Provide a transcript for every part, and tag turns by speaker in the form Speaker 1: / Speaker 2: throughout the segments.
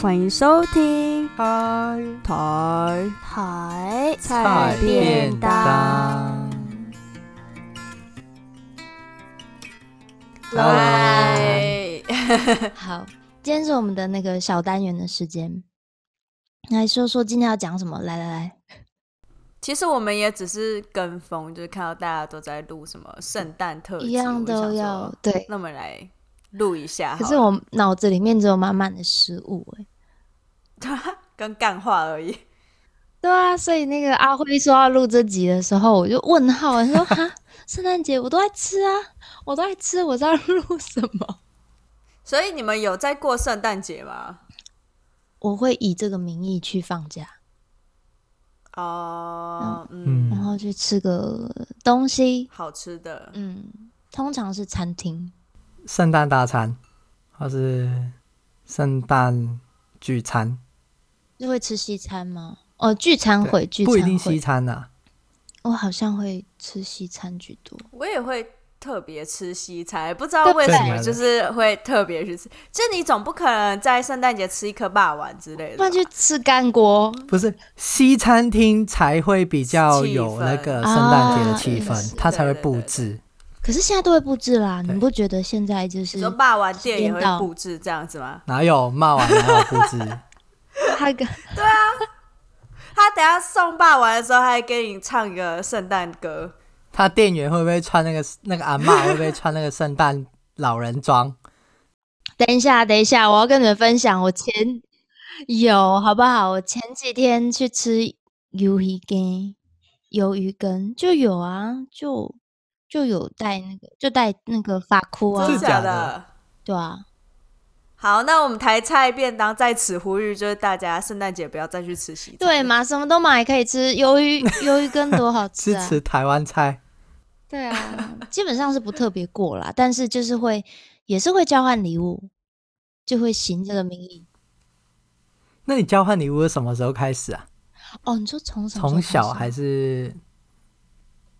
Speaker 1: 欢迎收听
Speaker 2: 嗨，
Speaker 1: 台
Speaker 3: 台
Speaker 1: 菜便
Speaker 2: 当。
Speaker 1: 来，
Speaker 3: 来好，今天是我们的那个小单元的时间，来说说今天要讲什么？来来来，
Speaker 1: 其实我们也只是跟风，就是看到大家都在录什么圣诞特辑，
Speaker 3: 一样
Speaker 1: 我
Speaker 3: 都
Speaker 1: 就想说
Speaker 3: 要对。
Speaker 1: 那我们来录一下好了。
Speaker 3: 可是我脑子里面只有满满的食物、欸，
Speaker 1: 跟干话而已，
Speaker 3: 对啊，所以那个阿辉说要录这集的时候，我就问号，我说哈， 圣诞节我都在吃啊，我都在吃，我知道录什么？
Speaker 1: 所以你们有在过圣诞节吗？
Speaker 3: 我会以这个名义去放假，
Speaker 1: 哦，嗯，
Speaker 3: 然后去吃个东西，
Speaker 1: 好吃的，
Speaker 3: 嗯，通常是餐厅，
Speaker 2: 圣诞大餐，或是圣诞聚餐，
Speaker 3: 就会吃西餐吗？哦，聚餐
Speaker 2: 对
Speaker 3: 会，聚餐
Speaker 2: 不
Speaker 3: 会
Speaker 2: 一定西餐啊呐、
Speaker 3: 我好像会吃西餐居多，
Speaker 1: 我也会特别吃西餐，不知道
Speaker 3: 对
Speaker 1: 为什么，
Speaker 2: 对
Speaker 1: 就是会特别去吃。就你总不可能在圣诞节吃一颗霸王之类的
Speaker 3: 不
Speaker 1: 吧，
Speaker 3: 然去吃干锅。
Speaker 2: 不是西餐厅才会比较有那个圣诞节的气
Speaker 3: 气氛啊也
Speaker 2: 氛，
Speaker 3: 是
Speaker 2: 它才会布置。
Speaker 3: 可是现在都会布置啦，你
Speaker 2: 对
Speaker 3: 不觉得现在就
Speaker 1: 你
Speaker 3: 是
Speaker 1: 说霸王店也
Speaker 3: 时间
Speaker 1: 会
Speaker 3: 到
Speaker 1: 布置这样子吗？
Speaker 2: 哪有骂完哪有布 置？
Speaker 3: 他跟
Speaker 1: 他等下送霸王的时候，还给你唱一个圣诞歌，
Speaker 2: 他店员会不会穿那个那个阿嬷会不会穿那个圣诞老人装？
Speaker 3: 等一下，等一下，我要跟你们分享，我前有好不好？我前几天去吃鱿鱼羹，鱿鱼羹就有啊，就就有带那个，就带那个发箍啊
Speaker 1: 真，
Speaker 2: 是
Speaker 1: 的假
Speaker 2: 假的
Speaker 3: 对啊，
Speaker 1: 好，那我们台菜便当在此呼吁，就是大家圣诞节不要再去吃西餐。
Speaker 3: 对？嘛，什么都买可以吃，鱿鱼鱿鱼羹多好吃
Speaker 2: 支
Speaker 3: 啊！
Speaker 2: 持台湾菜，
Speaker 3: 对啊，基本上是不特别过啦，但是就是会也是会交换礼物，就会行这个名义。
Speaker 2: 那你交换礼物是什么时候开始啊？
Speaker 3: 哦，你说从什么时
Speaker 2: 从
Speaker 3: 候开
Speaker 2: 小
Speaker 3: 始啊
Speaker 2: 还是？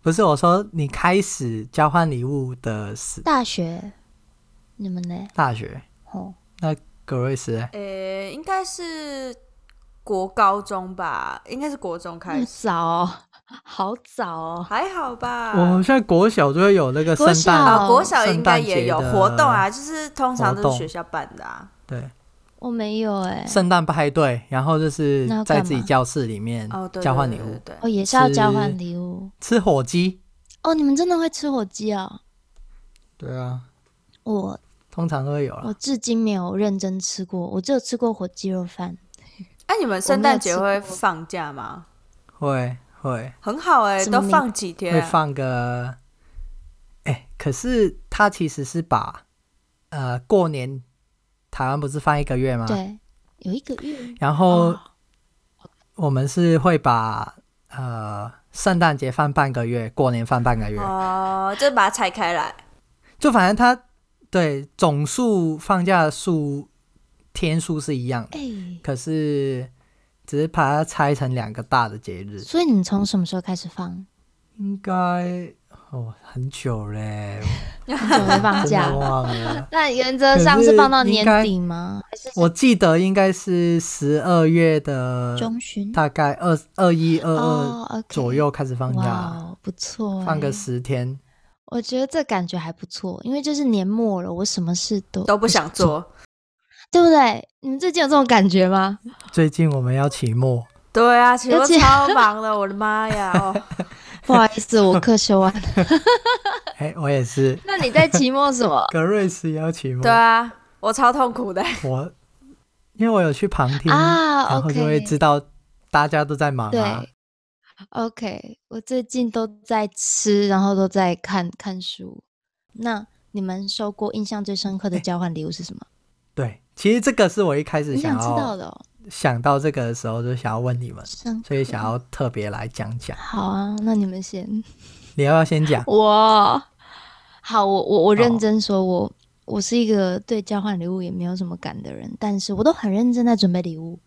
Speaker 2: 不是我说，你开始交换礼物的是
Speaker 3: 大学？你们呢？
Speaker 2: 大学，
Speaker 3: 哦，
Speaker 2: 格瑞斯
Speaker 3: 啊
Speaker 2: 欸
Speaker 1: 呃、应该是国高中吧，应该是国中
Speaker 3: 那
Speaker 1: 开
Speaker 3: 么
Speaker 1: 始，
Speaker 3: 早哦、 好早哦。
Speaker 1: 还好吧？
Speaker 2: 我们现在国小就会有那个圣
Speaker 3: 国
Speaker 2: 诞，
Speaker 3: 小
Speaker 1: 啊，国小应
Speaker 2: 圣
Speaker 1: 该
Speaker 2: 诞节
Speaker 1: 也有
Speaker 2: 的
Speaker 1: 活动啊，就是通常
Speaker 2: 活
Speaker 1: 都
Speaker 2: 动
Speaker 1: 是学校办的啊。
Speaker 2: 对，
Speaker 3: 我没有哎、
Speaker 2: 圣诞派对，然后就是
Speaker 3: 那要
Speaker 2: 在
Speaker 3: 干嘛
Speaker 2: 自己教室里面
Speaker 1: 哦，对，
Speaker 2: 交换
Speaker 1: 对
Speaker 2: 礼
Speaker 1: 对
Speaker 2: 物，
Speaker 1: 对对
Speaker 3: 哦，也是要交
Speaker 2: 是
Speaker 3: 换礼物。
Speaker 2: 吃火鸡。
Speaker 3: 哦，你们真的会吃火鸡哦？
Speaker 2: 对啊，
Speaker 3: 我
Speaker 2: 通常都会有
Speaker 3: 我
Speaker 2: 了。
Speaker 3: 至今没有认真吃过，我只有吃过火鸡肉饭。
Speaker 1: 哎、你们圣
Speaker 3: 我没有
Speaker 1: 诞节
Speaker 3: 吃
Speaker 1: 会
Speaker 3: 过
Speaker 1: 放假吗？
Speaker 2: 会会
Speaker 1: 很好哎、
Speaker 3: 什
Speaker 1: 都
Speaker 3: 么名
Speaker 1: 放几天
Speaker 2: 会
Speaker 1: 啊、
Speaker 2: 放个，哎、可是他其实是把呃过年台湾不是放一个月吗？。
Speaker 3: 对，有一个月
Speaker 2: 啊
Speaker 3: 哦
Speaker 2: 然后我们是会把呃圣诞节放半个月，过年放半个月，
Speaker 1: 哦，就把它拆开来。
Speaker 2: 就反正他对总数放假的数天数是一样的，
Speaker 3: 哎、
Speaker 2: 可是只是把它拆成两个大的节日。
Speaker 3: 所以你们从什么时候开始放？
Speaker 2: 应该哦很久嘞，
Speaker 3: 很久没放
Speaker 2: 真
Speaker 3: 假
Speaker 2: 的。忘了。
Speaker 3: 那原则
Speaker 2: 可
Speaker 3: 上
Speaker 2: 是
Speaker 3: 是放到
Speaker 2: 应
Speaker 3: 年
Speaker 2: 该
Speaker 3: 底吗？还是
Speaker 2: 我记得应该是十二月的
Speaker 3: 中旬？
Speaker 2: 大概二二一二二
Speaker 3: 哦，OK，
Speaker 2: 左右开始放
Speaker 3: 哇
Speaker 2: 假，
Speaker 3: 哦，不错欸，
Speaker 2: 放个十天。
Speaker 3: 我觉得这感觉还不错，因为就是年末了，我什么事都
Speaker 1: 都不想，做。
Speaker 3: 对不对？你们最近有这种感 觉吗？
Speaker 2: 最近我们要期末，
Speaker 1: 对啊，其实
Speaker 3: 而
Speaker 1: 我
Speaker 3: 且
Speaker 1: 超忙的，我的妈呀！哦，
Speaker 3: 不好意思，我课修 完了。
Speaker 2: 哎，我也是，
Speaker 3: 那你在期末什么？
Speaker 2: 格瑞斯也要期末
Speaker 1: 对，啊，我超痛苦的。
Speaker 2: 我因为我有去旁听，
Speaker 3: 啊
Speaker 2: 然后就会
Speaker 3: ，OK，
Speaker 2: 知道大家都在忙啊
Speaker 3: 对。，OK，我最近都在吃，然后都在看看书。那你们收过印象最深刻的交换礼物是什么？
Speaker 2: 对，其实这个是我一开始
Speaker 3: 你想知道
Speaker 2: 要
Speaker 3: 的嗯哦，
Speaker 2: 想到这个的时候，就想要问你们，
Speaker 3: 深
Speaker 2: 所以
Speaker 3: 刻
Speaker 2: 想要特别来讲讲。
Speaker 3: 好啊，那你们先。
Speaker 2: 你要不要先讲？
Speaker 3: 我好，我我我认
Speaker 2: 好
Speaker 3: 真说，我我是一个对交换礼物也没有什么感的人，但是我都很认真在准备礼物。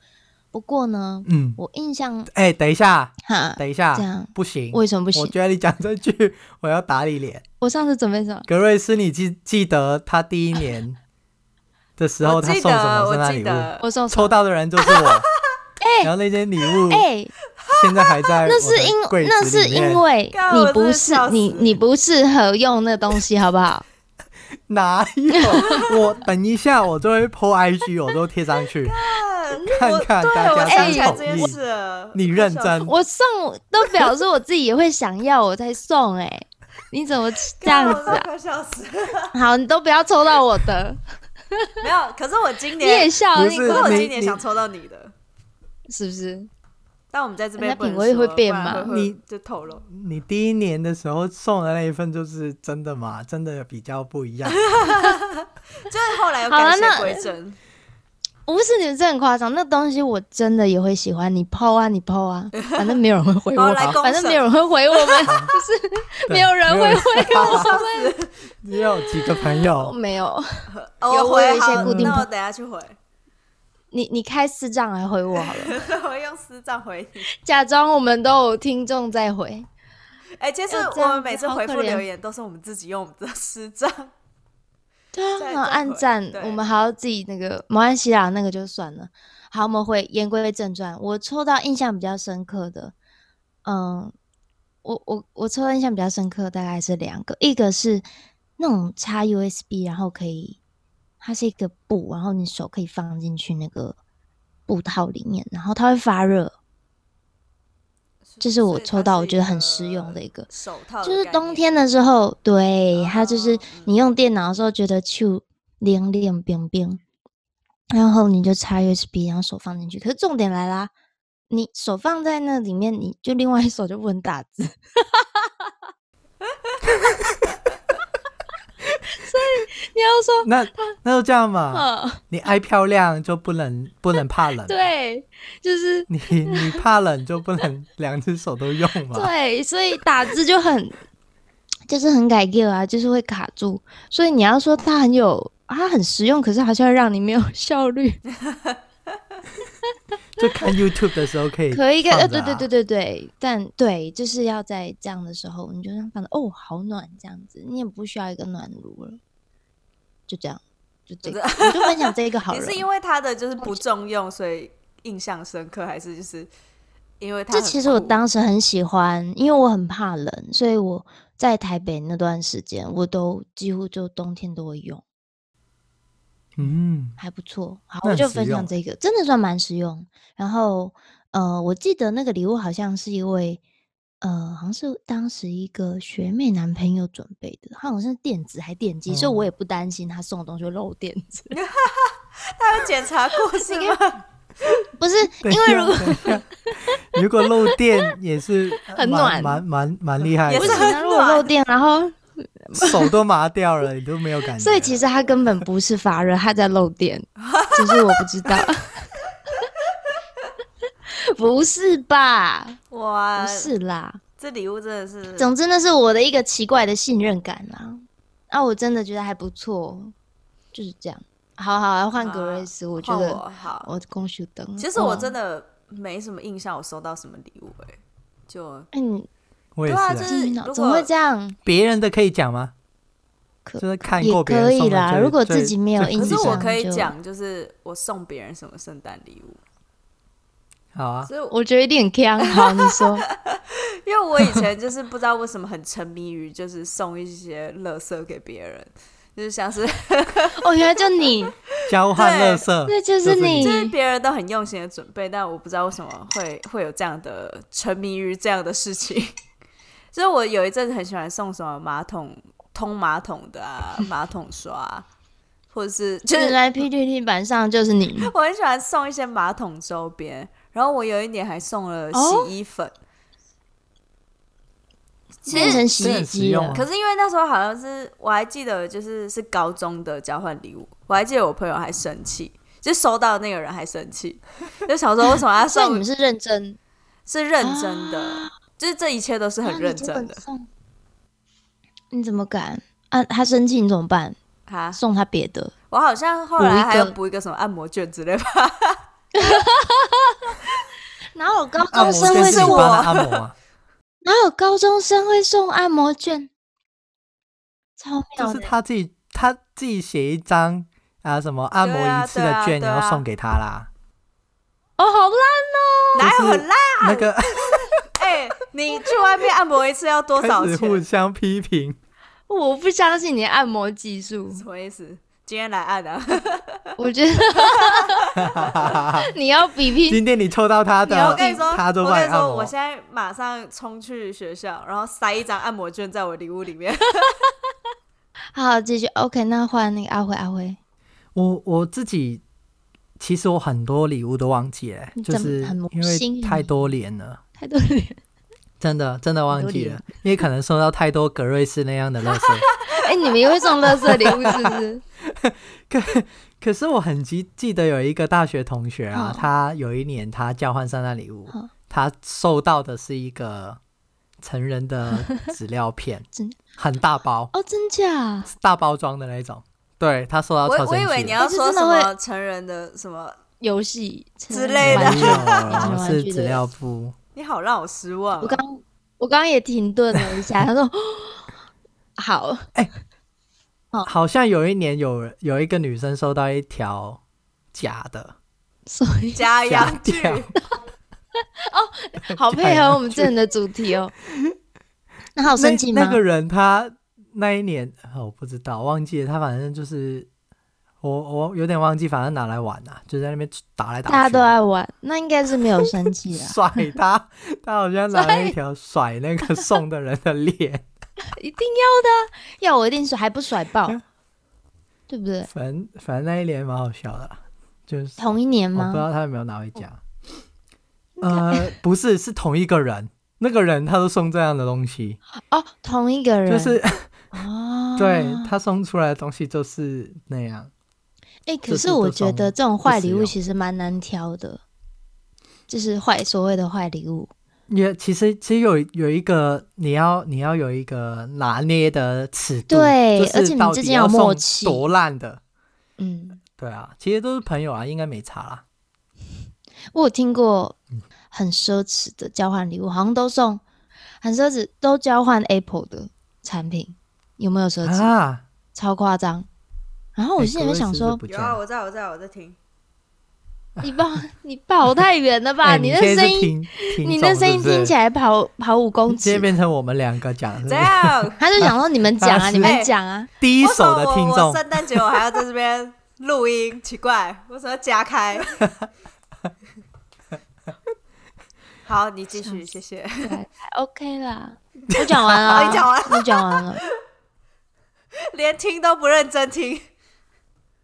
Speaker 3: 不过呢，
Speaker 2: 嗯，
Speaker 3: 我印象
Speaker 2: 哎、等一下，
Speaker 3: 哈，
Speaker 2: 等一下
Speaker 3: 这，样
Speaker 2: 不行，
Speaker 3: 为什么不行
Speaker 2: 我？觉得你讲这句，我要打你脸。
Speaker 3: 我上次准备什么？
Speaker 2: 格瑞斯，你记记得他第一年的时 候，
Speaker 1: 我
Speaker 2: 他
Speaker 1: 记
Speaker 2: 送什
Speaker 1: 得，
Speaker 2: 么圣
Speaker 1: 我
Speaker 2: 诞
Speaker 1: 记
Speaker 2: 礼
Speaker 1: 得
Speaker 2: 物，，
Speaker 3: 我送什
Speaker 2: 抽
Speaker 3: 么？
Speaker 2: 到的人就是 我。然后那件礼物
Speaker 3: 哎、
Speaker 2: 现在还在我
Speaker 3: 那是因
Speaker 2: 的柜
Speaker 3: 那
Speaker 2: 子
Speaker 3: 是
Speaker 2: 里面
Speaker 3: 因为
Speaker 1: 干我
Speaker 3: 你
Speaker 1: 真
Speaker 3: 不
Speaker 1: 的
Speaker 3: 适
Speaker 1: 笑
Speaker 3: 你
Speaker 1: 死
Speaker 3: 你不适合用那东西，好 不好？
Speaker 2: 哪有？我等一下我就会 po IG，我都贴上 去，
Speaker 3: 啊
Speaker 2: 看看
Speaker 1: 对，
Speaker 2: 大
Speaker 1: 嗯我
Speaker 2: 家
Speaker 1: 想
Speaker 2: 的
Speaker 1: 起来
Speaker 2: 口
Speaker 1: 这件
Speaker 2: 意。
Speaker 1: 事了。
Speaker 2: 你认真？
Speaker 3: 我送都表示我自己也会想要，我才送哎、你怎么这样
Speaker 1: 干我真
Speaker 3: 子
Speaker 1: 的
Speaker 3: 啊？
Speaker 1: 快笑死了！
Speaker 3: 好，你都不要抽到我的，
Speaker 1: 没有，可是我今
Speaker 3: 你也
Speaker 1: 年，
Speaker 3: 笑，
Speaker 2: 不
Speaker 3: 你
Speaker 2: 是
Speaker 1: 可是我
Speaker 2: 你
Speaker 1: 今年
Speaker 2: 你
Speaker 1: 想抽到你的，
Speaker 3: 是不是？
Speaker 1: 但我们在这边
Speaker 3: 人家
Speaker 1: 不能
Speaker 3: 品味会
Speaker 1: 说
Speaker 3: 变
Speaker 1: 不然
Speaker 3: 嘛
Speaker 1: 会
Speaker 2: 你
Speaker 1: 就透露。
Speaker 2: 你第一年的时候送的那一份就是真的吗？真的比较不一样。
Speaker 1: 就是后来有
Speaker 3: 好了
Speaker 1: 感谢
Speaker 3: 那
Speaker 1: 归真，
Speaker 3: 不是你们这很夸张，那东西我真的也会喜欢，你抛啊，你抛 啊，反正没有人会回我
Speaker 1: 好来
Speaker 3: 吧，
Speaker 1: 公
Speaker 3: 反正
Speaker 1: 审
Speaker 3: 没有人会回我 们，不
Speaker 2: 对
Speaker 3: 没有人会
Speaker 2: 回我，
Speaker 1: 笑死！
Speaker 2: 只有几个朋
Speaker 3: 是
Speaker 2: 友。
Speaker 3: 没有。
Speaker 1: 哦
Speaker 3: 有
Speaker 1: 我
Speaker 3: 我有
Speaker 1: 回
Speaker 3: 一些
Speaker 1: 好，
Speaker 3: 固定
Speaker 1: 那我
Speaker 3: 朋
Speaker 1: 等下去回，
Speaker 3: 你你开视障来回我好了，
Speaker 1: 我用私账回你。
Speaker 3: 假装我们都有听众在回，
Speaker 1: 哎，其实
Speaker 3: 要
Speaker 1: 我
Speaker 3: 这样
Speaker 1: 们
Speaker 3: 子
Speaker 1: 每次
Speaker 3: 好
Speaker 1: 回
Speaker 3: 可
Speaker 1: 复
Speaker 3: 怜
Speaker 1: 留言都是我们自己用我们的私 账，
Speaker 3: 对啊，
Speaker 1: 再
Speaker 3: 然后
Speaker 1: 再
Speaker 3: 暗
Speaker 1: 回
Speaker 3: 赞
Speaker 1: 对，
Speaker 3: 我们还要自己那个毛安西朗那个就算了。好，我们回言归正传，我抽到印象比较深刻的，嗯，我我我抽到印象比较深刻的大概是两个，一个是那种插 USB，然后可以，它是一个布，然后你手可以放进去那个布套里面，然后它会发热，这是我
Speaker 1: 所以
Speaker 3: 抽
Speaker 1: 它
Speaker 3: 到
Speaker 1: 是
Speaker 3: 我
Speaker 1: 一
Speaker 3: 觉得
Speaker 1: 个
Speaker 3: 很实用的一个。
Speaker 1: 手套的概念，
Speaker 3: 就是冬天的时候，对它就是
Speaker 1: 哦
Speaker 3: 你用电脑的时候觉得就凉凉冰冰，然后你就插 USB，然后手放进去。可是重点来啦，你手放在那里面，你就另外一手就不能打字，所以你要说，
Speaker 2: 那那就这样嘛，
Speaker 3: 呃，
Speaker 2: 你爱漂亮就不能不能怕冷，
Speaker 3: 对， 就是
Speaker 2: 你你怕冷就不能两只手都用嘛。
Speaker 3: 对，所以打字就很， 就是很改 g 啊，就是会卡住。所以你要说它很有，啊它很实用，可是好像让你没有 效率。
Speaker 2: 就看 YouTube 的时候可以
Speaker 3: 可以，可以，
Speaker 2: 放
Speaker 3: 呃，
Speaker 2: 着
Speaker 3: 对
Speaker 2: 啊
Speaker 3: 对对对对，但对，就是要在这样的时候，你就让放着，哦，好暖这样子，你也不需要一个暖炉了，就这样，就 这个，我就分享这个好
Speaker 1: 你
Speaker 3: 了
Speaker 1: 是。因为它的就是不重用，所以印象深刻，还是就是因为它
Speaker 3: 这
Speaker 1: 很
Speaker 3: 其实我
Speaker 1: 酷
Speaker 3: 当时很喜欢，因为我很怕冷，所以我在台北那段时间，我都几乎就冬天都会用。
Speaker 2: 嗯，
Speaker 3: 还不错。好，
Speaker 2: 那
Speaker 3: 我
Speaker 2: 很
Speaker 3: 就
Speaker 2: 实
Speaker 3: 分享
Speaker 2: 用欸
Speaker 3: 这个，真的算蛮实用。然后，呃，我记得那个礼物好像是一位，呃，好像是当时一个学妹男朋友准备的，他好像是电子还电机，所以我
Speaker 2: 哦
Speaker 3: 也不担心他送的东西会漏电子。
Speaker 1: 他有检查 过是吗？
Speaker 3: 不是
Speaker 2: 等
Speaker 3: 因
Speaker 2: 一
Speaker 3: 为
Speaker 2: 下
Speaker 3: 如果
Speaker 2: 等一下如果漏电也是呃
Speaker 3: 很
Speaker 2: 蛮
Speaker 3: 暖
Speaker 2: 蛮蛮蛮厉害
Speaker 1: 也
Speaker 3: 不
Speaker 2: 的
Speaker 1: 是，
Speaker 3: 行啊，
Speaker 1: 很
Speaker 3: 如果漏
Speaker 1: 暖
Speaker 3: 电，然后
Speaker 2: 手都麻掉了，你都没有感觉。
Speaker 3: 所以其实它根本不是发热，它在漏电，只是我不 知道。 不是吧？
Speaker 1: 哇
Speaker 2: 呃
Speaker 3: 不，是啦。
Speaker 1: 这礼物真的是
Speaker 3: 总之，那是我的一个奇怪的信任感啦。啊，我真的觉得还不错，就是这样。好好，要换格瑞斯，我觉
Speaker 1: 换
Speaker 3: 得
Speaker 1: 我好。
Speaker 3: 我嗯公主灯。哦
Speaker 1: 其实我真
Speaker 3: 的，
Speaker 1: 的没什么印象，我收到什么礼物哎、就
Speaker 3: 嗯，
Speaker 2: 我也
Speaker 1: 对啊
Speaker 2: 是
Speaker 1: 就
Speaker 2: 啊，
Speaker 1: 是
Speaker 3: 天哪
Speaker 1: 如
Speaker 3: 怎么
Speaker 1: 果
Speaker 3: 会这样？
Speaker 2: 别人的可以讲吗？
Speaker 3: 可
Speaker 2: 就是看
Speaker 3: 也
Speaker 2: 过别人
Speaker 3: 可以
Speaker 2: 送的
Speaker 3: 啦
Speaker 2: 最
Speaker 3: 如果
Speaker 2: 最
Speaker 3: 自己没有
Speaker 2: 最
Speaker 3: 印
Speaker 1: 可
Speaker 2: 酷
Speaker 1: 是
Speaker 2: 的
Speaker 1: 我
Speaker 3: 象
Speaker 1: 可以
Speaker 3: 就
Speaker 1: 讲，就是我送别人什么圣诞礼物，
Speaker 2: 好啊，
Speaker 1: 所以我
Speaker 3: 我觉得有点坑。好，你 说，
Speaker 1: 因为我以前就是不知道为什么很沉迷于就是送一些垃圾给别人，就是像 是
Speaker 3: 哦，原来就你，
Speaker 2: 交换
Speaker 1: 对
Speaker 2: 乐色，
Speaker 3: 那
Speaker 2: 就
Speaker 3: 就
Speaker 2: 是是你
Speaker 3: 你
Speaker 1: 就，是别人都很用心的准备，但我不知道为什么会会有这样的沉迷于这样的事情。 就是我有一阵子很喜欢送什么马桶通马桶的啊，马桶刷啊，或者 是就
Speaker 3: 原
Speaker 1: 是
Speaker 3: 来 PPT 版上就是你。
Speaker 1: 我很喜欢送一些马桶周边。然后我有一年还送了
Speaker 3: 哦
Speaker 1: 洗衣粉，
Speaker 3: 变成洗
Speaker 2: 这
Speaker 3: 衣
Speaker 2: 很实
Speaker 3: 机
Speaker 2: 用
Speaker 3: 了
Speaker 2: 啊。
Speaker 1: 可是因为那时候好像是我还记得，就是是高中的交换礼物，我还记得我朋友还生气，就收到的那个人还生气，就想说为什么要
Speaker 3: 所以你
Speaker 1: 送
Speaker 3: 们是认真，
Speaker 1: 是认真的，就是这一切都是
Speaker 3: 啊
Speaker 1: 很
Speaker 3: 你
Speaker 1: 认
Speaker 3: 这
Speaker 1: 真
Speaker 3: 本
Speaker 1: 的
Speaker 3: 送你怎么敢？啊，他生气你怎么办？
Speaker 1: 哈。
Speaker 3: 送他别的。
Speaker 1: 我好像后
Speaker 3: 补一
Speaker 1: 来
Speaker 3: 个
Speaker 1: 还有补一个什么按摩券之类吧，
Speaker 3: 哪有高
Speaker 2: 按
Speaker 3: 中
Speaker 2: 摩
Speaker 3: 生
Speaker 2: 店
Speaker 3: 会
Speaker 2: 是你
Speaker 3: 送？
Speaker 2: 帮他按摩 啊，
Speaker 3: 哪有高中生会送按摩券？超
Speaker 2: 就
Speaker 3: 妙
Speaker 2: 是
Speaker 3: 的！
Speaker 2: 他自己他自己写一张还有什么按摩一次的
Speaker 1: 对啊对啊
Speaker 2: 券
Speaker 1: 对啊
Speaker 2: 要送给他啦，
Speaker 3: 哦，好烂
Speaker 1: 哪有很烂？
Speaker 2: 那个
Speaker 1: 哎、你去外面按摩一次要多少
Speaker 2: 开始互
Speaker 1: 钱？
Speaker 2: 相批评。
Speaker 3: 哦！我不相信你的按摩技术，
Speaker 1: 什么意思？今天来按的、啊，
Speaker 3: 我 觉得你要比拼
Speaker 2: 今天你抽到他
Speaker 1: 你要
Speaker 2: 的，
Speaker 1: 我跟你说，
Speaker 2: 他都
Speaker 1: 我
Speaker 2: 帮
Speaker 1: 跟你
Speaker 2: 按
Speaker 1: 说，
Speaker 2: 摩
Speaker 1: 我。现在马上冲去学校，然后塞一张按摩券在我礼物里面。
Speaker 3: 好，继续 OK，那换那个阿辉，阿辉，
Speaker 2: 我我自己其实我很多礼物都忘记了
Speaker 3: 你，
Speaker 2: 就
Speaker 3: 怎么
Speaker 2: 是
Speaker 3: 很魔
Speaker 2: 因
Speaker 3: 性
Speaker 2: 为
Speaker 3: 啊
Speaker 2: 太
Speaker 3: 你
Speaker 2: 多年了，
Speaker 3: 太多人，
Speaker 2: 真的真的忘记
Speaker 3: 很多
Speaker 2: 了，因为可能收到太多格瑞斯那样的垃圾。
Speaker 3: 哎、你们也会送垃圾礼物是不是？
Speaker 2: 可是我很记记得有一个大学同学啊，
Speaker 3: 嗯
Speaker 2: 他有一年他交换圣诞礼物
Speaker 3: 嗯，
Speaker 2: 他收到的是一个成人的纸料片
Speaker 3: 真，
Speaker 2: 很大包，
Speaker 3: 哦，真假？
Speaker 2: 大包装的那种。对他收到
Speaker 1: 我
Speaker 2: 超
Speaker 1: 我
Speaker 2: 生
Speaker 1: 以为
Speaker 2: 气
Speaker 1: 你
Speaker 2: 的，
Speaker 1: 要说什
Speaker 3: 但是真
Speaker 1: 么成人的什么，
Speaker 3: 游戏
Speaker 1: 之类的
Speaker 3: 玩
Speaker 2: 没
Speaker 3: 具
Speaker 2: 有，是
Speaker 3: 玩具
Speaker 2: 纸
Speaker 3: 的
Speaker 2: 料布。
Speaker 1: 你好让我失望啊、
Speaker 3: 我刚我刚刚也停顿了一下，他说 好，
Speaker 2: 好像有一年有有一个女生收到一条假的
Speaker 3: 所以
Speaker 1: 家
Speaker 2: 假
Speaker 1: 养剧，
Speaker 2: 掉，
Speaker 3: 好配合我们这人的主题哦。那好生气
Speaker 2: 啊那
Speaker 3: 吗？
Speaker 2: 那个人他那一年、哦我不知道，忘记了，他反正就是我我有点忘记，反正拿来玩啊，就在那边打来打去，
Speaker 3: 大家都啊爱玩，那应该是没有生气 啦，
Speaker 2: 甩他，他好像拿了一条甩那个送的人的脸，
Speaker 3: 一定要的啊，要我一定甩，还不甩爆，
Speaker 2: 嗯
Speaker 3: 对不 对？
Speaker 2: 反正反正那一年蛮好笑的啦，就是
Speaker 3: 同一年
Speaker 2: 我不知
Speaker 3: 吗？
Speaker 2: 道他有没有拿回家，
Speaker 3: 嗯
Speaker 2: 呃，不是，是同一个人。那个人他都送这样的东 西，
Speaker 3: 哦，同一个人，
Speaker 2: 就是
Speaker 3: 哦，
Speaker 2: 对他送出来的东西就是那样，
Speaker 3: 哎、可
Speaker 2: 这
Speaker 3: 是
Speaker 2: 是
Speaker 3: 我
Speaker 2: 多
Speaker 3: 觉
Speaker 2: 少
Speaker 3: 得
Speaker 2: 吗
Speaker 3: 这种
Speaker 2: 不
Speaker 3: 坏
Speaker 2: 实
Speaker 3: 礼物
Speaker 2: 用
Speaker 3: 其实蛮难挑的，就是坏所谓的坏礼物。
Speaker 2: 也其实其实有有一个你要你要有一个拿捏的尺度，
Speaker 3: 对
Speaker 2: 就是
Speaker 3: 而且你
Speaker 2: 到
Speaker 3: 之
Speaker 2: 底
Speaker 3: 间
Speaker 2: 要
Speaker 3: 要默
Speaker 2: 送
Speaker 3: 契
Speaker 2: 多烂的，
Speaker 3: 嗯，
Speaker 2: 对啊，其实都是朋友啊，应该没差啦。
Speaker 3: 我有听过
Speaker 2: 嗯
Speaker 3: 很奢侈的交换礼物，好像都送很奢侈，都交换 Apple 的产品，有没有奢侈？
Speaker 2: 啊，
Speaker 3: 超夸张。然哦后我
Speaker 2: 哎
Speaker 3: 心里面想
Speaker 2: 格
Speaker 3: 说，
Speaker 2: 瑞斯是不
Speaker 1: 有
Speaker 2: 见
Speaker 1: 啊，
Speaker 2: 了哎
Speaker 1: 我在我在我在听，
Speaker 3: 你跑 你跑太远了吧？
Speaker 2: 哎
Speaker 3: 你
Speaker 2: 你
Speaker 3: 的
Speaker 2: 现在
Speaker 3: 声
Speaker 2: 是
Speaker 3: 音，
Speaker 2: 听，
Speaker 3: 你的声音听起
Speaker 2: 来，
Speaker 3: 来跑跑五公
Speaker 2: 今
Speaker 3: 尺
Speaker 2: 天。变成我们两个讲是不
Speaker 1: 这
Speaker 2: 是
Speaker 1: 样
Speaker 3: 他就想说你们讲 啊，
Speaker 2: 他
Speaker 3: 你
Speaker 2: 是
Speaker 3: 们
Speaker 1: 哎
Speaker 3: 讲啊，
Speaker 2: 第一
Speaker 1: 为什
Speaker 2: 手
Speaker 1: 么
Speaker 2: 的听
Speaker 1: 我
Speaker 2: 众
Speaker 1: 我，圣诞节我还要在这边录音，奇怪，为什么要加开？好，你继续，谢谢。
Speaker 3: 对，还 OK 啦。我讲完了，啊
Speaker 1: 哦你讲完，
Speaker 3: 我讲 完了。
Speaker 1: 连听都不认真听，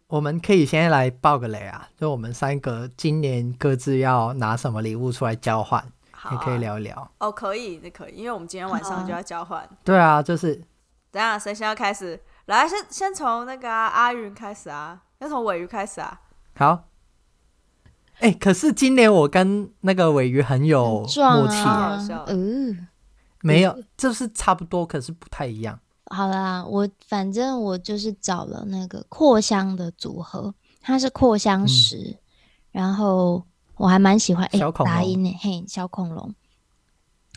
Speaker 2: 我们可以先来爆个雷啊，就我们三个今年各自要拿什么礼物出来交换，
Speaker 1: 好、
Speaker 2: 也
Speaker 1: 啊，
Speaker 2: 可以聊一聊。
Speaker 1: 哦，可以，那可以，因为我们今天晚
Speaker 3: 好啊
Speaker 1: 上就要交换。
Speaker 2: 对啊，就是
Speaker 1: 等一下，谁先要开始？来，先先从那个啊、阿云开始啊，先从尾鱼开始啊。
Speaker 2: 好。哎、可是今年我跟那个尾鱼很有
Speaker 3: 撞
Speaker 2: 默契，
Speaker 1: 啊
Speaker 3: 啊
Speaker 1: 好笑，
Speaker 3: 嗯，
Speaker 2: 没有，就是差不多，可是不太一样。
Speaker 3: 好啦，我反正我就是找了那个扩香的组合，它是扩
Speaker 2: 嗯
Speaker 3: 香石，然后我还蛮喜欢，哎、
Speaker 2: 小恐龙
Speaker 3: 打印欸嘿，小恐龙，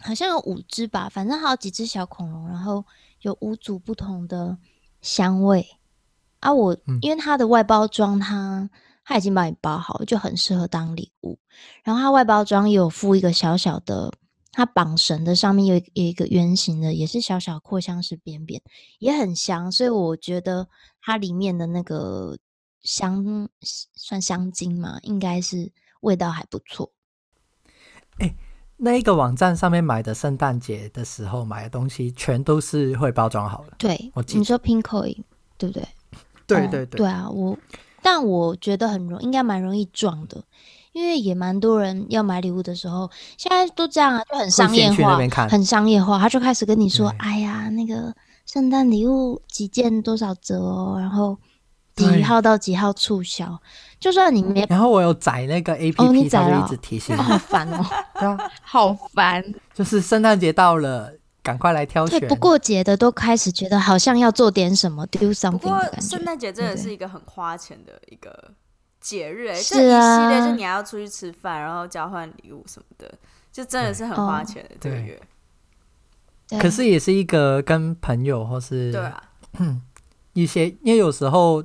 Speaker 3: 好像有五只吧，反正好几只小恐龙，然后有五组不同的香味啊我。
Speaker 2: 嗯
Speaker 3: 因为它的外包装它它已经帮你包好了，就很适合当礼物。然后它外包装也有附一个小小的，它绑绳的上面有一有一个圆形的，也是小小扩香石边边，也很香。所以我觉得它里面的那个香算香精嘛，应该是味道还不错。
Speaker 2: 那一个网站上面买的圣诞节的时候买的东西，全都是会包装好的。
Speaker 3: 对
Speaker 2: 我，记
Speaker 3: 你说 Pinko 对不对？
Speaker 2: 对
Speaker 3: 哦
Speaker 2: 对对，
Speaker 3: 对啊，我但我觉得很容，应该蛮容易撞的，因为也蛮多人要买礼物的时候，现在都这样啊，就很商业
Speaker 2: 先去那
Speaker 3: 化
Speaker 2: 边，看
Speaker 3: 很商业化，他就开始跟你说
Speaker 2: 啊对，
Speaker 3: 哎呀，那个圣诞礼物几件多少折哦，然后几
Speaker 2: 对
Speaker 3: 号到几号促销，就算你
Speaker 1: 嗯
Speaker 3: 没
Speaker 2: 然后我有载那个 A P
Speaker 3: 哦
Speaker 2: P，、
Speaker 3: 你载
Speaker 2: 它
Speaker 3: 了
Speaker 2: 就
Speaker 3: 哦
Speaker 2: 一直提醒
Speaker 3: 哦，
Speaker 2: 我。
Speaker 3: 好烦哦，
Speaker 2: 对啊，
Speaker 3: 好烦。
Speaker 2: 就是圣诞节到了，赶快来挑
Speaker 3: 对，
Speaker 2: 选。
Speaker 3: 不过节的都开始觉得好像要做点什么，do
Speaker 1: 不
Speaker 3: something
Speaker 1: 过
Speaker 3: 的感
Speaker 1: 圣
Speaker 3: 觉。
Speaker 1: 诞节真的
Speaker 3: 对
Speaker 1: 是一个很花钱的一个节日、欸，
Speaker 3: 是
Speaker 1: 这一系列
Speaker 3: 啊
Speaker 1: 就你还要出去吃饭，然后交换礼物什么的，就真的是很
Speaker 3: 哦
Speaker 1: 花钱的这个
Speaker 2: 对
Speaker 1: 月。
Speaker 3: 对
Speaker 2: 可是也是一个跟朋友或是
Speaker 1: 对啊，
Speaker 2: 一些，因为有时候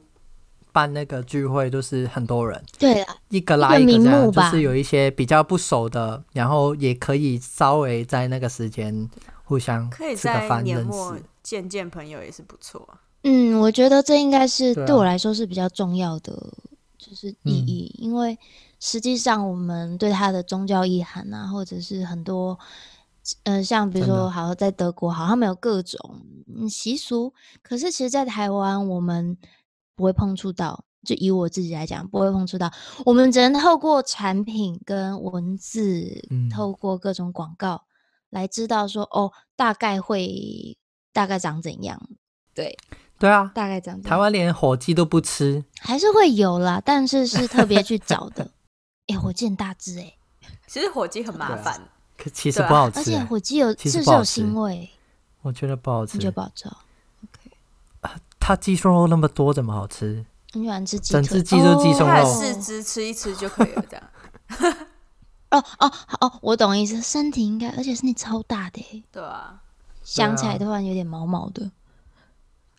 Speaker 2: 办那个聚会都是很多人，
Speaker 3: 对啊啦，
Speaker 2: 一个拉一个
Speaker 3: 一个
Speaker 2: 这
Speaker 3: 名
Speaker 2: 样，
Speaker 3: 目
Speaker 2: 就
Speaker 3: 吧
Speaker 2: 是有一些比较不熟的，然后也可以稍微在那个时间互相
Speaker 1: 可以
Speaker 2: 吃个
Speaker 1: 在
Speaker 2: 饭
Speaker 1: 年
Speaker 2: 认
Speaker 1: 末
Speaker 2: 识。
Speaker 1: 见见朋友也是不错啊。
Speaker 3: 嗯，我觉得这应该是
Speaker 2: 对啊
Speaker 3: 对我来说是比较重要的，就是意
Speaker 2: 嗯
Speaker 3: 义，因为实际上我们对它的宗教意涵啊，或者是很多，呃，像比如
Speaker 2: 真的
Speaker 3: 说，好在德国，好他们有各种嗯习俗，可是其实，在台湾我们不会碰触到。就以我自己来讲，不会碰触到，我们只能透过产品跟文字，
Speaker 2: 嗯
Speaker 3: 透过各种广告来知道说，哦，大概会大概长怎样，对，
Speaker 2: 对啊，
Speaker 3: 大概长怎样。
Speaker 2: 台湾连火鸡都不吃，
Speaker 3: 还是会有啦，但是是特别去找 的。哎、火鸡很大只哎、
Speaker 1: 其实火鸡很麻烦，
Speaker 2: 可其实
Speaker 1: 对啊
Speaker 2: 不好
Speaker 3: 而
Speaker 2: 吃
Speaker 3: 且
Speaker 2: 欸、
Speaker 3: 火鸡有
Speaker 2: 其实
Speaker 3: 是不
Speaker 2: 不
Speaker 3: 是
Speaker 2: 好
Speaker 3: 有
Speaker 2: 吃
Speaker 3: 腥味？
Speaker 2: 我觉得不好吃
Speaker 3: 你觉。得不好吃哦？
Speaker 2: 它鸡胸肉那么多，怎么好吃？
Speaker 3: 你喜欢吃鸡
Speaker 2: 整
Speaker 3: 腿？
Speaker 2: 只鸡都鸡胸
Speaker 1: 哦它的
Speaker 2: 肉哦
Speaker 1: 四肢吃一吃就可以了，这样
Speaker 3: 哦哦哦，我懂意思，身体应该，而且身体超大的、欸，
Speaker 1: 对啊。
Speaker 3: 想起
Speaker 2: 对
Speaker 3: 来
Speaker 2: 啊
Speaker 3: 突然有点毛毛的。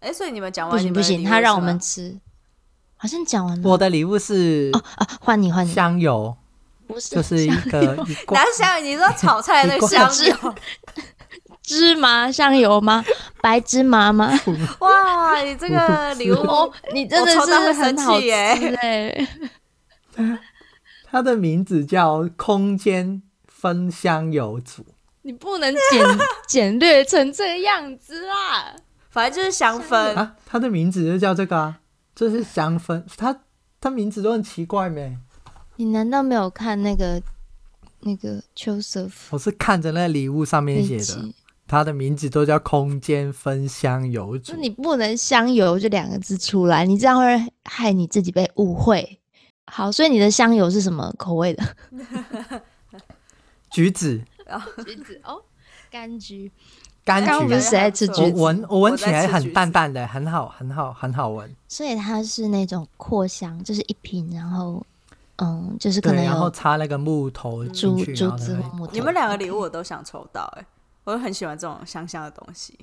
Speaker 1: 哎，所以你们讲
Speaker 3: 不
Speaker 1: 完你
Speaker 3: 行
Speaker 1: 们
Speaker 3: 不
Speaker 1: 的
Speaker 3: 行，
Speaker 1: 礼物
Speaker 3: 他
Speaker 1: 是
Speaker 3: 让我
Speaker 1: 吗
Speaker 3: 们吃，好像讲完
Speaker 2: 我
Speaker 3: 了。
Speaker 2: 的礼物是
Speaker 3: 啊，换你换你，
Speaker 2: 香油，
Speaker 3: 不是
Speaker 2: 就是一个一罐
Speaker 1: 哪香？你说炒菜 那个
Speaker 2: 一
Speaker 1: 香
Speaker 2: 罐
Speaker 1: 油？
Speaker 3: 芝麻香油吗？白芝麻吗？
Speaker 1: 哇，你这个 礼物
Speaker 3: 哦，你 真
Speaker 1: 我
Speaker 3: 的
Speaker 1: 抽到
Speaker 3: 是
Speaker 1: 会生
Speaker 3: 很好
Speaker 1: 气
Speaker 3: 吃
Speaker 1: 耶
Speaker 3: 哎、
Speaker 2: 它的名字叫空间分香油组。
Speaker 3: 你不能简 简略成这个样子啦。
Speaker 1: 反正就是香氛，
Speaker 2: 啊，它的名字就叫这个啊，就是香氛，它它名字都很奇怪咩。
Speaker 3: 你难道没有看那个那个 Joseph
Speaker 2: 我是看着那礼物上
Speaker 3: 那
Speaker 2: 面写
Speaker 3: 一
Speaker 2: 的，
Speaker 3: 集？
Speaker 2: 它的名字都叫空间分香油组
Speaker 3: 就。你不能“香油”这两个字出来，你这样会害你自己被误会。好，所以你的香油是什么口味的？
Speaker 2: 橘子，
Speaker 3: 橘子哦，柑橘。
Speaker 2: 柑
Speaker 3: 刚刚我
Speaker 2: 橘
Speaker 3: 们谁在吃橘
Speaker 2: 我
Speaker 3: 子
Speaker 2: 闻我闻起来
Speaker 1: 我在吃橘
Speaker 2: 很
Speaker 1: 子
Speaker 2: 淡淡的，很好，很好，很好闻。
Speaker 3: 所以它是那种扩香，就是一瓶，然后嗯，就是可
Speaker 1: 啊
Speaker 2: 对，
Speaker 3: 能
Speaker 2: 然后
Speaker 3: 有
Speaker 2: 插那个木头进
Speaker 3: 竹
Speaker 2: 去，然
Speaker 3: 竹
Speaker 2: 后在
Speaker 3: 子
Speaker 2: 那
Speaker 3: 或
Speaker 2: 里
Speaker 3: 木头。
Speaker 1: 你们两个礼物我都想抽到，哎，我很喜欢这种香香的东西。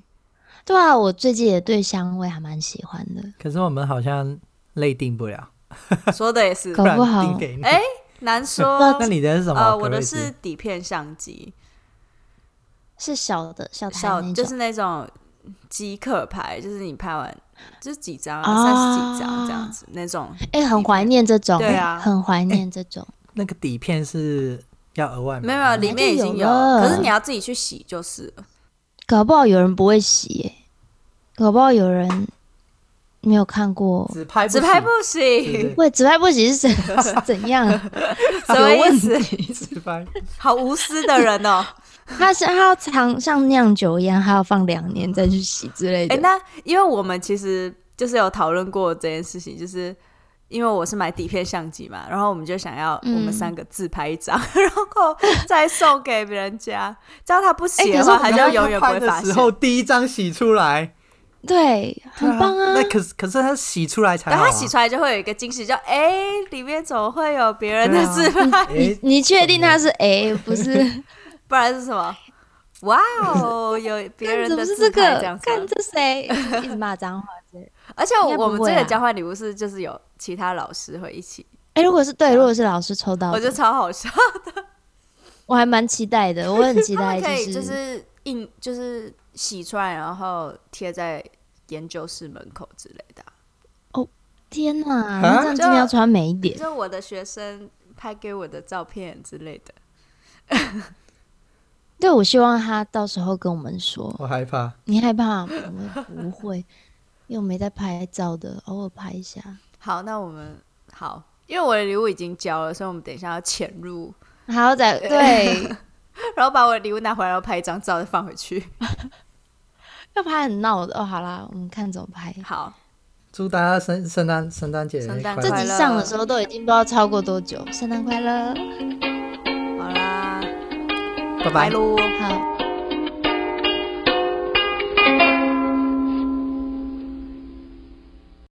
Speaker 3: 对啊，我最近也对香味还蛮喜欢的，
Speaker 2: 可是我们好像内定不了，
Speaker 1: 说的也 是
Speaker 3: 搞，
Speaker 2: 然
Speaker 3: 不好
Speaker 2: 定给你。
Speaker 1: 哎难说。
Speaker 2: 那你的是什么？
Speaker 1: 呃，
Speaker 2: 可
Speaker 1: 我
Speaker 2: 不可
Speaker 1: 的
Speaker 2: 以知
Speaker 1: 是底片相机，
Speaker 3: 是小的小台
Speaker 1: 小
Speaker 3: 那种，
Speaker 1: 就是那种即刻拍，就是你拍完就是几张啊，三十几张这样子那种。
Speaker 3: 哎、很怀念这种，哎
Speaker 1: 对啊
Speaker 3: 很怀念这种。
Speaker 2: 那个底片是要额外买
Speaker 1: 没有
Speaker 2: 吗
Speaker 1: 没有，里面已经有了，
Speaker 3: 有了
Speaker 1: 可是你要自己去洗就是了。
Speaker 3: 搞不好有人不会洗、耶，搞不好有人没有看过。
Speaker 2: 只拍
Speaker 1: 只拍不
Speaker 2: 哎行
Speaker 1: 行，
Speaker 3: 喂，只拍不洗是怎 是怎样？啊
Speaker 1: 什么
Speaker 3: 有
Speaker 1: 意
Speaker 3: 问
Speaker 1: 思？
Speaker 3: 题？
Speaker 2: 只拍，
Speaker 1: 好无私的人哦。
Speaker 3: 他是他要藏像酿酒一样，还要放两年再去洗之类
Speaker 1: 哎、
Speaker 3: 的。
Speaker 1: 那因为我们其实就是有讨论过这件事情，就是因为我是买底片相机嘛，然后我们就想要我
Speaker 3: 嗯
Speaker 1: 们三个自拍一张， 然后再送给别人家，这样他不洗
Speaker 3: 哎
Speaker 1: 的
Speaker 3: 可是
Speaker 1: 话，
Speaker 3: 我
Speaker 1: 他就永远不
Speaker 2: 拍
Speaker 1: 会
Speaker 2: 的
Speaker 1: 发
Speaker 2: 时
Speaker 1: 现。
Speaker 2: 候第一张洗出来，
Speaker 3: 对，很棒啊！
Speaker 2: 那可是可是它洗出来才
Speaker 1: 但
Speaker 2: 好、啊，
Speaker 1: 他洗出来就会有一个惊喜，叫哎、里面怎么会有别人
Speaker 3: 啊
Speaker 1: 的自拍？
Speaker 2: 哎，
Speaker 3: 你确定他是 A 不是？
Speaker 1: 不然是什么？哇哦，有别
Speaker 3: 看
Speaker 1: 人
Speaker 3: 怎么
Speaker 1: 的
Speaker 3: 是
Speaker 1: 自
Speaker 3: 这
Speaker 1: 拍
Speaker 3: 个
Speaker 1: 这样？子
Speaker 3: 看
Speaker 1: 吗。
Speaker 3: 这谁？一直 骂脏话之类的。
Speaker 1: 而且
Speaker 3: 应该
Speaker 1: 我们
Speaker 3: 不会
Speaker 1: 这个
Speaker 3: 啊
Speaker 1: 交换礼物是就是有其他老师会一起，
Speaker 3: 哎、如果是对，如果是老师抽到的，
Speaker 1: 啊我
Speaker 3: 我
Speaker 1: 觉得超好笑。
Speaker 3: 我还蛮期待的，我很 期
Speaker 1: 他
Speaker 3: 待
Speaker 1: 们可以就
Speaker 3: 就
Speaker 1: 是印，就是洗出来，然后贴在研究室门口之类的啊。
Speaker 3: 天哪，那这样真的要穿美一点。
Speaker 1: 就我的学生拍给我的照片之类的。
Speaker 3: 对，我希望他到时候跟我们说，
Speaker 2: 我害怕。
Speaker 3: 你害怕？我不会，因为我没在拍照的，偶尔拍一下。
Speaker 1: 好，那我们好，因为我的礼物已经交了，所以我们等一下要潜入，
Speaker 3: 好歹对，
Speaker 1: 然后把我的礼物拿回来，然后拍一张照再放回去。
Speaker 3: 要拍很闹的哦。好啦，我们看怎么拍。
Speaker 1: 好，
Speaker 2: 祝大家圣圣诞圣诞节
Speaker 1: 圣诞
Speaker 2: 快
Speaker 3: 这
Speaker 2: 乐！
Speaker 3: 集上的时候都已经不知道超过多久，圣诞快乐！
Speaker 1: 好啦，
Speaker 2: 拜
Speaker 1: 拜
Speaker 2: 拜。
Speaker 1: 喽。
Speaker 3: 好。